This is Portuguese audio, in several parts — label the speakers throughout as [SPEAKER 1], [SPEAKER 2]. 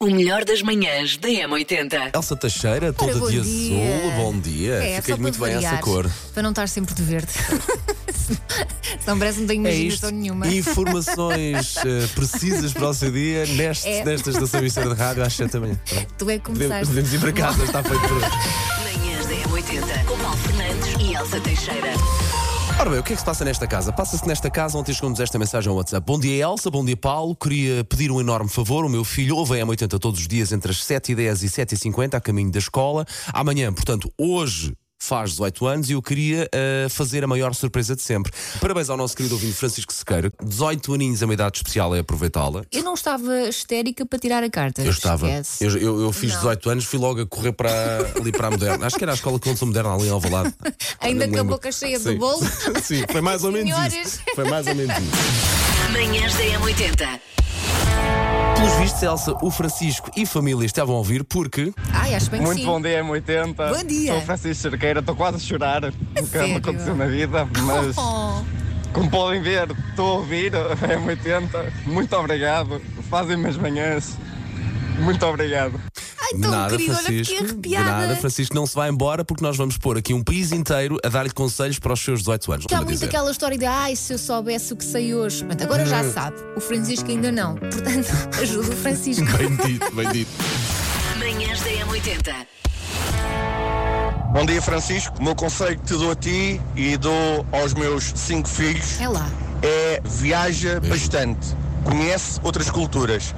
[SPEAKER 1] O melhor das manhãs da M80.
[SPEAKER 2] Elsa Teixeira, toda
[SPEAKER 3] bom
[SPEAKER 2] de
[SPEAKER 3] dia.
[SPEAKER 2] azul, bom dia.
[SPEAKER 3] É,
[SPEAKER 2] Fiquei
[SPEAKER 3] só
[SPEAKER 2] muito
[SPEAKER 3] para
[SPEAKER 2] bem
[SPEAKER 3] variar,
[SPEAKER 2] essa cor.
[SPEAKER 3] Para não estar sempre de verde. Senão parece que não tenho
[SPEAKER 2] É
[SPEAKER 3] imaginação nenhuma.
[SPEAKER 2] Informações eh, precisas para o seu dia neste,
[SPEAKER 3] É.
[SPEAKER 2] nesta estação externa de rádio às 7 da manhã.
[SPEAKER 3] Tu é
[SPEAKER 2] Podemos,
[SPEAKER 3] que começaste.
[SPEAKER 2] podemos ir para casa, está feito por hoje.
[SPEAKER 1] Manhãs da M80. Com Paulo Fernandes e Elsa Teixeira.
[SPEAKER 2] Ora bem, o que é que se passa nesta casa? Passa-se nesta casa, ontem chegou-nos esta mensagem ao WhatsApp. Bom dia, Elsa, bom dia, Paulo. Queria pedir um enorme favor. O meu filho ouve a M80 todos os dias entre as 7h10 e 7h50, a caminho da escola. Amanhã, portanto, hoje. Faz 18 anos e eu queria eh, fazer a maior surpresa de sempre. Parabéns ao nosso querido ouvinte Francisco Sequeira. 18 aninhos é uma idade especial, é aproveitá-la.
[SPEAKER 3] Eu não estava histérica para tirar a carta.
[SPEAKER 2] Eu estava.
[SPEAKER 3] Esquece.
[SPEAKER 2] Eu, eu- eu fiz
[SPEAKER 3] Não.
[SPEAKER 2] 18 anos, fui logo a correr para ali para a Moderna. Acho que era a escola de condução moderna ali em Alvalade.
[SPEAKER 3] Ainda
[SPEAKER 2] Não me
[SPEAKER 3] com a
[SPEAKER 2] lembro.
[SPEAKER 3] boca cheia de
[SPEAKER 2] Sim.
[SPEAKER 3] bolo.
[SPEAKER 2] Sim, foi mais ou menos
[SPEAKER 3] Senhoras.
[SPEAKER 2] isso. Foi mais ou menos isso.
[SPEAKER 1] Manhãs da M80.
[SPEAKER 2] Pelos vistos, Elsa, o Francisco e família estavam a ouvir porque.
[SPEAKER 3] Ai, acho bem que
[SPEAKER 4] Muito
[SPEAKER 3] sim.
[SPEAKER 4] bom dia, 80.
[SPEAKER 3] Bom dia.
[SPEAKER 4] Sou o Francisco Cerqueira, estou quase a chorar. Nunca
[SPEAKER 3] sério?
[SPEAKER 4] me aconteceu na vida, mas
[SPEAKER 3] Oh,
[SPEAKER 4] como podem ver, estou a ouvir é 80. Muito obrigado. Fazem-me as manhãs. Muito obrigado.
[SPEAKER 3] ai, tão querido, olha, fiquei
[SPEAKER 2] de
[SPEAKER 3] arrepiada.
[SPEAKER 2] nada, Francisco, não se vai embora porque nós vamos pôr aqui um país inteiro a dar-lhe conselhos para os seus 18 anos.
[SPEAKER 3] Porque há
[SPEAKER 2] vou-lhe
[SPEAKER 3] muito
[SPEAKER 2] dizer.
[SPEAKER 3] aquela história de ai, se eu soubesse o que sei hoje. Mas agora já
[SPEAKER 4] Hum.
[SPEAKER 3] sabe. O Francisco ainda não. Portanto, ajuda o Francisco.
[SPEAKER 2] Bem dito, bem dito.
[SPEAKER 1] Manhãs da M80.
[SPEAKER 5] Bom dia, Francisco. O meu conselho que te dou a ti e dou aos meus cinco filhos
[SPEAKER 3] É lá.
[SPEAKER 5] é viaja bastante, conhece outras culturas.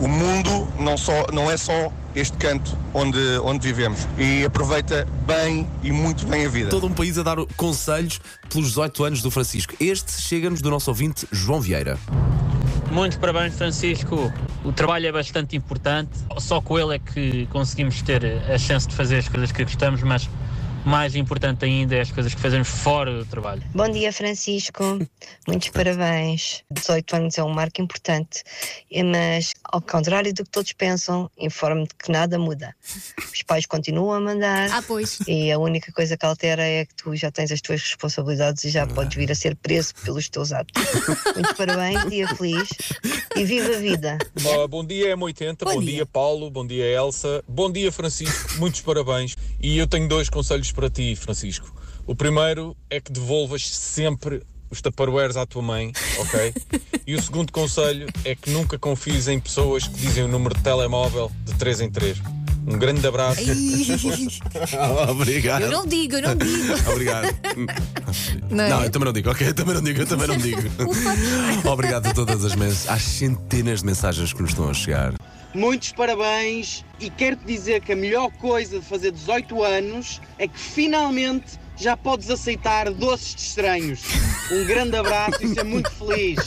[SPEAKER 5] O mundo não, só, não é só este canto onde, onde vivemos. E aproveita bem e muito bem a vida.
[SPEAKER 2] Todo um país a dar conselhos pelos 18 anos do Francisco. Este chega-nos do nosso ouvinte João Vieira.
[SPEAKER 6] Muito parabéns, Francisco. O trabalho é bastante importante. Só com ele é que conseguimos ter a chance de fazer as coisas que gostamos, mas mais importante ainda é as coisas que fazemos fora do trabalho.
[SPEAKER 7] Bom dia, Francisco. Muitos parabéns. 18 anos é um marco importante, eh, mas, ao contrário do que todos pensam, informo-te que nada muda. Os pais continuam a mandar
[SPEAKER 3] Ah, pois.
[SPEAKER 7] e a única coisa que altera é que tu já tens as tuas responsabilidades e já podes vir a ser preso pelos teus atos. Muitos parabéns, dia feliz e viva a vida.
[SPEAKER 8] Bom, bom dia, M80.
[SPEAKER 3] Bom
[SPEAKER 8] Bom,
[SPEAKER 3] dia.
[SPEAKER 8] dia. Paulo. Bom dia, Elsa. Bom dia, Francisco. Muitos parabéns. E eu tenho dois conselhos para ti, Francisco. O primeiro é que devolvas sempre os taparoeiros à tua mãe, ok? E o segundo conselho é que nunca confies em pessoas que dizem o número de telemóvel de 3 em 3. Um grande abraço.
[SPEAKER 2] Obrigado.
[SPEAKER 3] Eu não digo, eu não digo.
[SPEAKER 2] Obrigado.
[SPEAKER 3] Não é? Um
[SPEAKER 2] Não, eu também não digo, ok? Eu também não digo, eu também não digo. Obrigado a todas as mensagens, às centenas de mensagens que nos estão a chegar.
[SPEAKER 9] Muitos parabéns e quero-te dizer que a melhor coisa de fazer 18 anos é que finalmente já podes aceitar doces de estranhos. Um grande abraço e ser muito feliz.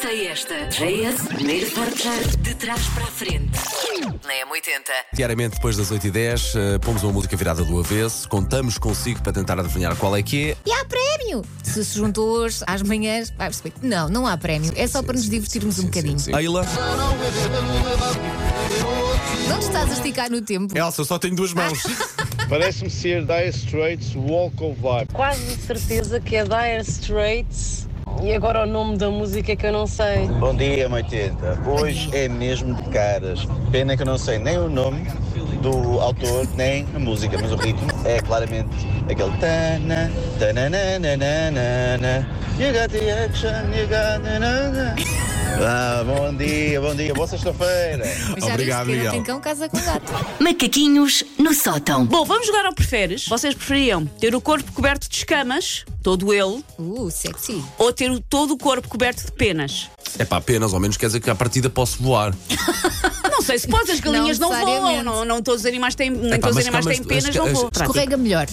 [SPEAKER 1] Sei esta. JS, primeiro forjar de trás para a frente. Na M80.
[SPEAKER 2] Diariamente, depois das 8h10, eh, pomos uma música virada do avesso, contamos consigo para tentar adivinhar qual é que é.
[SPEAKER 3] E há prémio! Se se juntou hoje às manhãs, vai perceber. que Não, não há prémio. É só para nos divertirmos um bocadinho.
[SPEAKER 2] Ayla.
[SPEAKER 3] Não te estás a esticar no tempo.
[SPEAKER 2] Elsa, eu só tenho duas mãos.
[SPEAKER 10] Parece-me ser Dire Straits Walk of Life.
[SPEAKER 11] quase certeza que é Dire Straits. E agora o nome da música é que eu não sei.
[SPEAKER 10] Bom dia, 80. Hoje é mesmo de caras. Pena que eu não sei nem o nome do autor, nem a música, mas o ritmo é claramente aquele tana, tananana, you got the action, you got the na-na. Ah, bom dia, bom dia, boa sexta-feira.
[SPEAKER 3] Mas já
[SPEAKER 2] É, Obrigado,
[SPEAKER 3] viste que
[SPEAKER 2] Miguel.
[SPEAKER 3] Tem cão, casa com gato.
[SPEAKER 1] Macaquinhos no sótão.
[SPEAKER 11] Bom, vamos jogar ao preferes. Vocês preferiam ter o corpo coberto de escamas, todo ele,
[SPEAKER 3] Uh, sexy.
[SPEAKER 11] ou ter o- todo o corpo coberto de penas?
[SPEAKER 2] É pá, apenas, ao menos quer dizer que à partida posso voar.
[SPEAKER 11] Não sei se podes, as galinhas não, voam,
[SPEAKER 3] necessariamente.
[SPEAKER 11] não, não todos os animais têm, nem
[SPEAKER 2] Epá,
[SPEAKER 11] todos os
[SPEAKER 2] mas
[SPEAKER 11] animais
[SPEAKER 2] camas-
[SPEAKER 11] têm penas,
[SPEAKER 2] as-
[SPEAKER 11] não
[SPEAKER 2] as-
[SPEAKER 11] voam.
[SPEAKER 3] Escorrega melhor.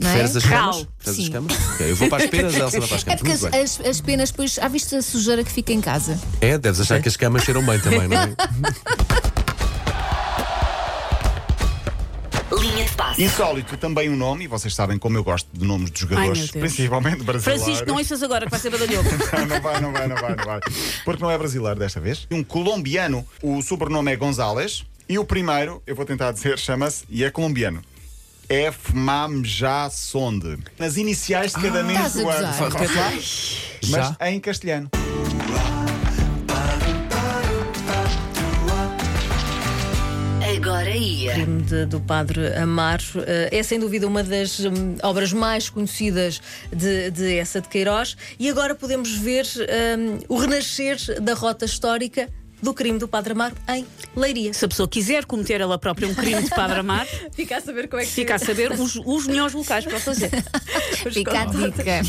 [SPEAKER 3] Não é?
[SPEAKER 2] Preferes as camas?
[SPEAKER 11] Cal.
[SPEAKER 2] Preferes as
[SPEAKER 3] Sim.
[SPEAKER 2] camas? Ok, eu vou para as penas, Elsa vai para as
[SPEAKER 3] É
[SPEAKER 2] camas.
[SPEAKER 3] porque as,
[SPEAKER 2] Muito bem.
[SPEAKER 3] as, as penas, pois, já viste a sujeira que fica em casa?
[SPEAKER 2] É, deves achar que as camas cheiram bem também, não é?
[SPEAKER 1] Linha de passe.
[SPEAKER 10] Insólito também o nome, e vocês sabem como eu gosto de nomes dos
[SPEAKER 11] meu Deus.
[SPEAKER 10] jogadores, principalmente brasileiros.
[SPEAKER 11] Francisco, não ouças agora, que vai ser badalhoco.
[SPEAKER 10] Não, não vai, não vai, não vai, não vai. Porque não é brasileiro desta vez. Um colombiano, o sobrenome é Gonzales. E o primeiro, eu vou tentar dizer, chama-se, e é colombiano. F. Mamja Sonde. Nas iniciais de cada mês
[SPEAKER 3] Ah, Estás a
[SPEAKER 10] do ano.
[SPEAKER 3] gozar.
[SPEAKER 2] Já?
[SPEAKER 10] Mas em castelhano.
[SPEAKER 1] Agora ia.
[SPEAKER 3] primo de- do padre Amaro. eh, É sem dúvida uma das hum, obras mais conhecidas de, de Essa de Queiroz. E agora podemos ver hum, o renascer da rota histórica do crime do padre Amaro em Leiria.
[SPEAKER 8] Se a pessoa quiser cometer ela própria um crime de padre amar,
[SPEAKER 3] Fica a saber como é que
[SPEAKER 8] fica a saber os, os melhores locais para o fazer.
[SPEAKER 12] Fica a dica.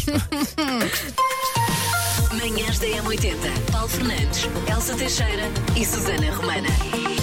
[SPEAKER 1] Manhãs da M80. Paulo Fernandes, Elsa Teixeira e Susana Romana.